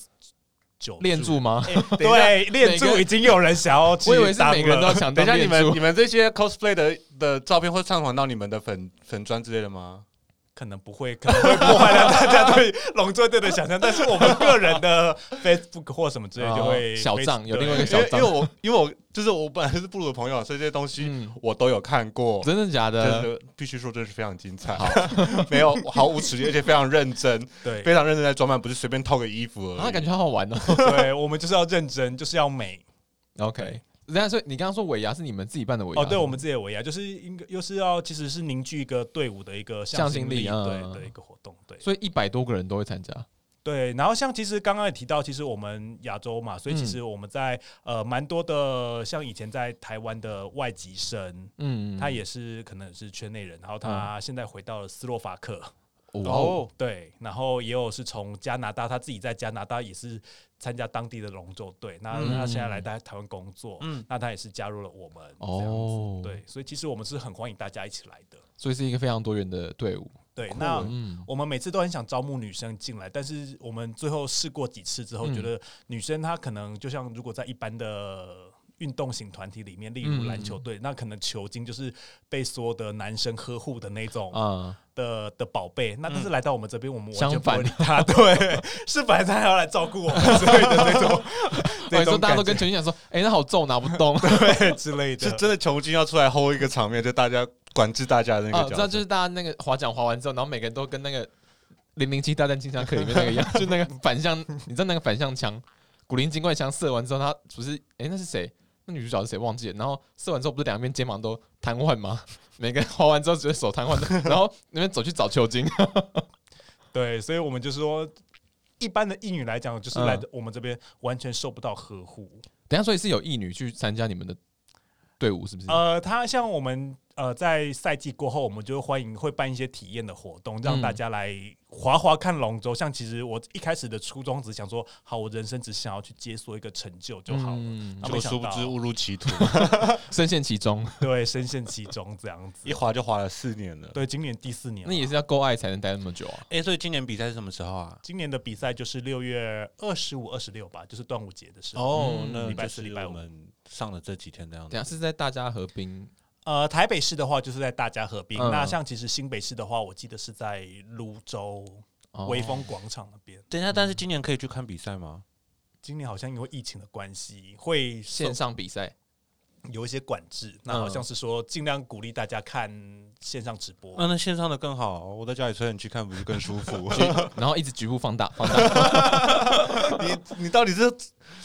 Speaker 3: 九
Speaker 1: 练柱吗？
Speaker 3: 哎 对，练
Speaker 1: 每
Speaker 3: 柱
Speaker 1: 个
Speaker 3: 已经有人想要去
Speaker 1: 我以为是
Speaker 3: 当
Speaker 1: 每个人都要
Speaker 3: 了
Speaker 1: 想
Speaker 2: 等
Speaker 1: 当
Speaker 2: 一下，你
Speaker 1: 练
Speaker 2: 们
Speaker 1: 柱
Speaker 2: 你，们这些 cosplay 的的照片会上传到你们的粉粉砖之类的吗？
Speaker 3: 可能不会，可 能会破坏了大家对龙舟队的想象，但是我们个人的 Facebook 或什么之类就会
Speaker 1: 哦小
Speaker 3: 被
Speaker 1: 账有
Speaker 3: 对
Speaker 1: 另外一个
Speaker 2: 因
Speaker 1: 小
Speaker 2: 为因
Speaker 1: 张
Speaker 2: 为我因为我就是我本来是布鲁的朋友，所以这些东西
Speaker 1: 嗯，
Speaker 2: 我都有看过。
Speaker 1: 真的假
Speaker 2: 真
Speaker 1: 的？
Speaker 2: 的必须说，真的是非常精彩，没有毫无耻力，而且非常认真，
Speaker 3: 对
Speaker 2: 非常认真在装扮，不是随便套个衣服而
Speaker 1: 啊，
Speaker 2: 已。
Speaker 1: 感觉好好玩哦。
Speaker 3: 对，我们就是要认真， 就是要美哦
Speaker 1: OK，人家说你刚刚说尾牙是你们自己办的尾牙
Speaker 3: 哦。对，我们自己的尾牙就是应该又是要其实是凝聚一个队伍的一个
Speaker 1: 向心力
Speaker 3: 力
Speaker 1: 嗯
Speaker 3: 对的一个活动，对。
Speaker 1: 所以一百多个人都会参加。
Speaker 3: 对，然后像其实刚刚也提到，其实我们亚洲嘛，所以其实我们在、呃蛮多的，像以前在台湾的外籍生，
Speaker 1: 嗯，
Speaker 3: 他也是可能是圈内人，然后他现在回到了斯洛伐克，
Speaker 1: 哇哦
Speaker 2: 哦，
Speaker 3: 对，然后也有是从加拿大，他自己在加拿大也是参加当地的龙舟队，那
Speaker 1: 嗯
Speaker 3: 他现在来台台湾工作，
Speaker 2: 嗯
Speaker 3: 那他也是加入了我们这样子，
Speaker 1: 哦，，
Speaker 3: 对，所以其实我们是很欢迎大家一起来的，
Speaker 1: 所以是一个非常多元的队伍。
Speaker 3: 对，
Speaker 2: 酷
Speaker 3: 那
Speaker 2: 欸
Speaker 1: 嗯，
Speaker 3: 我们每次都很想招募女生进来，但是我们最后试过几次之后，
Speaker 1: 嗯
Speaker 3: 觉得女生她可能就像如果在一般的运动型团体里面，例
Speaker 1: 嗯
Speaker 3: 如篮球队，那可能球精就是被所有的男生呵护的那种
Speaker 1: 啊，
Speaker 3: 的、的宝贝。那但是来到我们这边，我们完
Speaker 1: 嗯相
Speaker 3: 全不
Speaker 1: 反
Speaker 3: 会理 她，对，是本来她还要来照顾我们之类的那种
Speaker 1: 所
Speaker 3: 那
Speaker 1: 以哦说
Speaker 3: 种
Speaker 1: 大家都
Speaker 3: 感
Speaker 1: 跟
Speaker 3: 觉，
Speaker 1: 陈俊讲说，哎，那好重，拿不动。
Speaker 3: 对之类
Speaker 2: 是
Speaker 3: 的。
Speaker 2: 真的球精要出来 hold 一个场面，就大家管制大家的那
Speaker 1: 啊，知
Speaker 2: 个角
Speaker 1: 道
Speaker 2: 色。
Speaker 1: 就是大 家那个划桨划完之后，然后每个人都跟那个《零零七大战金枪客》里面那个一样， 就那个反向，你知道那个反向枪，古灵精怪枪射完之后，他不是诶，那是谁？那女主角是谁？忘记了。然后射完之后，不是两边肩膀都瘫痪吗？每个人划完之后，只是手瘫痪，然后那边走去找球精。
Speaker 3: 对，所以我们就是说，一般的义女来讲，就是来
Speaker 1: 嗯
Speaker 3: 我们这边完全受不到呵护。
Speaker 1: 等一下，所以是有义女去参加你们的队伍，是不是？
Speaker 3: 呃，他像我们呃，在赛季过后，我们就欢迎会办一些体验的活动，让
Speaker 1: 嗯
Speaker 3: 大家来滑滑看龙舟。像其实我一开始的初衷只想说，好，我人生只想要去解锁一个成就 就好了，
Speaker 1: 嗯
Speaker 3: 啊
Speaker 2: 就殊不知误入歧途，
Speaker 1: 深陷其中，
Speaker 3: 对，深陷其中这样子
Speaker 2: 一。滑就滑了四年了。
Speaker 3: 对，今年第四年
Speaker 1: 那
Speaker 3: 了，
Speaker 1: 也是要够爱才能待那么久啊。
Speaker 2: 哎、所以今年比赛是什么时候啊？
Speaker 3: 今年的比赛就是六月二十五、二十六吧，就是端午节的时候。
Speaker 2: 哦，
Speaker 1: 嗯
Speaker 2: 那
Speaker 3: 礼拜
Speaker 2: 就
Speaker 3: 四
Speaker 2: 是
Speaker 3: 礼拜五
Speaker 2: 我们上了这几天这样
Speaker 1: 等一
Speaker 2: 子。
Speaker 1: 下是在大家河滨
Speaker 3: 呃，台北市的话就是在大家河滨，
Speaker 1: 嗯
Speaker 3: 那像其实新北市的话，我记得是在泸州
Speaker 1: 哦
Speaker 3: 威风广场那边。
Speaker 2: 等一下，但是今年可以去看比赛吗？
Speaker 3: 今年好像因为疫情的关系，会受
Speaker 1: 线上比赛。
Speaker 3: 有一些管
Speaker 1: 嗯
Speaker 3: 制，那好像是说尽量鼓励大家看线上直播。
Speaker 2: 嗯、那线上的更好，我在家里吹冷气看 不是更舒服？
Speaker 1: 然后一直局部放大，放 大，
Speaker 2: 你你到底是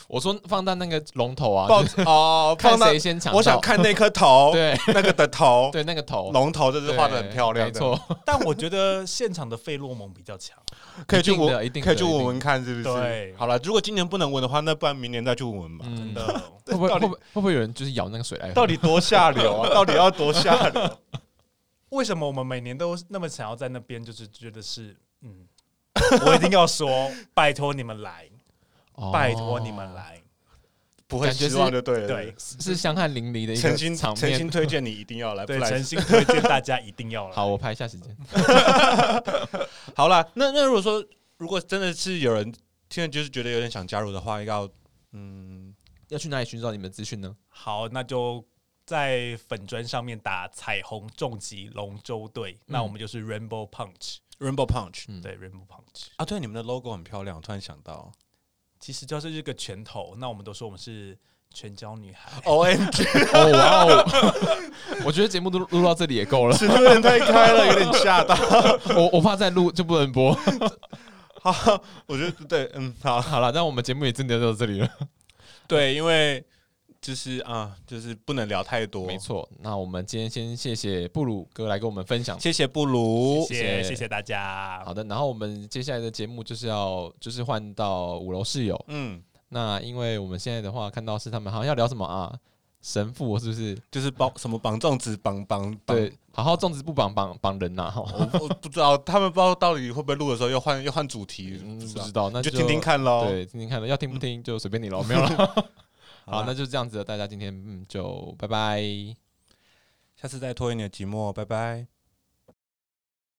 Speaker 1: 我说放大那个龙头啊，
Speaker 2: 抱
Speaker 1: 就是
Speaker 2: 哦
Speaker 1: 看
Speaker 2: 放到
Speaker 1: 谁先抢到。
Speaker 2: 我想看那颗 头，
Speaker 1: 对
Speaker 2: 那个的头，
Speaker 1: 对那个头，
Speaker 2: 龙头这是画的很漂亮，
Speaker 1: 没，错，
Speaker 3: 但我觉得现场的费洛蒙比较强，
Speaker 2: 可以去
Speaker 1: 一定
Speaker 2: 闻
Speaker 1: 的一定，的
Speaker 2: 可以去闻闻看是不是？
Speaker 3: 对
Speaker 2: 好了，如果今年不能闻的话，那不然明年再去闻闻吧。
Speaker 1: 嗯
Speaker 3: 真，的。
Speaker 1: 会不会会
Speaker 2: 到底
Speaker 1: 不会会不会有人就是咬那个水来喝？
Speaker 2: 到底多下流 啊！到底要多下流？
Speaker 3: 为什么我们每年都那么想要在那边？就是觉得是，嗯，我一定要说，拜托你们来，
Speaker 1: 哦
Speaker 3: 拜托你们，来。
Speaker 2: 不会失望就对了。
Speaker 3: 对，，
Speaker 1: 是香汗淋漓的一
Speaker 2: 诚
Speaker 1: 个
Speaker 2: 心
Speaker 1: 场
Speaker 2: 诚心
Speaker 1: 面。
Speaker 2: 推荐你一定要来，不
Speaker 3: 对，
Speaker 2: 来
Speaker 3: 诚。心推荐大家一定要 来。
Speaker 1: 好，，我拍一下时间。
Speaker 2: 好了，那那如果说如果真的是有人现在就是觉得有点想加入的话，要嗯，
Speaker 1: 要去哪里寻找你们的资讯呢？
Speaker 3: 好，那就在粉砖上面打彩虹重击龙舟队，那我们就是 Rainbow Punch，
Speaker 2: Rainbow Punch
Speaker 1: 嗯
Speaker 3: 对 Rainbow Punch。
Speaker 2: 啊，对，你们的 logo 很漂亮，我突然想到
Speaker 3: 其实就是这个拳头，那我们都说我们是拳脚女孩。
Speaker 2: ，O N G，
Speaker 1: 哦哇哦， 我觉得节目都录到这里也够了，
Speaker 2: 尺度有点太开了，有点吓到。
Speaker 1: 我我怕再录就不能播。
Speaker 2: 好， 我觉得对，嗯，好，
Speaker 1: 好了，那我们节目也真的就到这里了。
Speaker 2: 对，因为就是啊，就是不能聊太多。
Speaker 1: 没错，那我们今天先谢谢布鲁哥来跟我们分享。
Speaker 2: 谢谢布鲁，
Speaker 3: 谢
Speaker 1: 谢
Speaker 3: 谢谢谢大家，
Speaker 1: 好的，然后我们接下来的节目就是要就是换到五楼室友。
Speaker 2: 嗯，
Speaker 1: 那因为我们现在的话看到是他们好像要聊什么啊？神父是不是？
Speaker 2: 就是绑什么绑粽子，绑绑绑。
Speaker 1: 对，好好种植不绑绑绑人呐、哦哈，
Speaker 2: 我我不知道他们不知道到底会不会录的时候要换要换主题，
Speaker 1: 嗯
Speaker 2: 不知
Speaker 1: 不
Speaker 2: 道
Speaker 1: 知道，那
Speaker 2: 你就听听。看嗯喽。
Speaker 1: 对，听听看，要听不听就随便你了，没有了。 好，
Speaker 2: 啦
Speaker 1: 那就这样子了，大家今天嗯就拜拜。
Speaker 2: 下次再拖延你的寂寞，拜拜。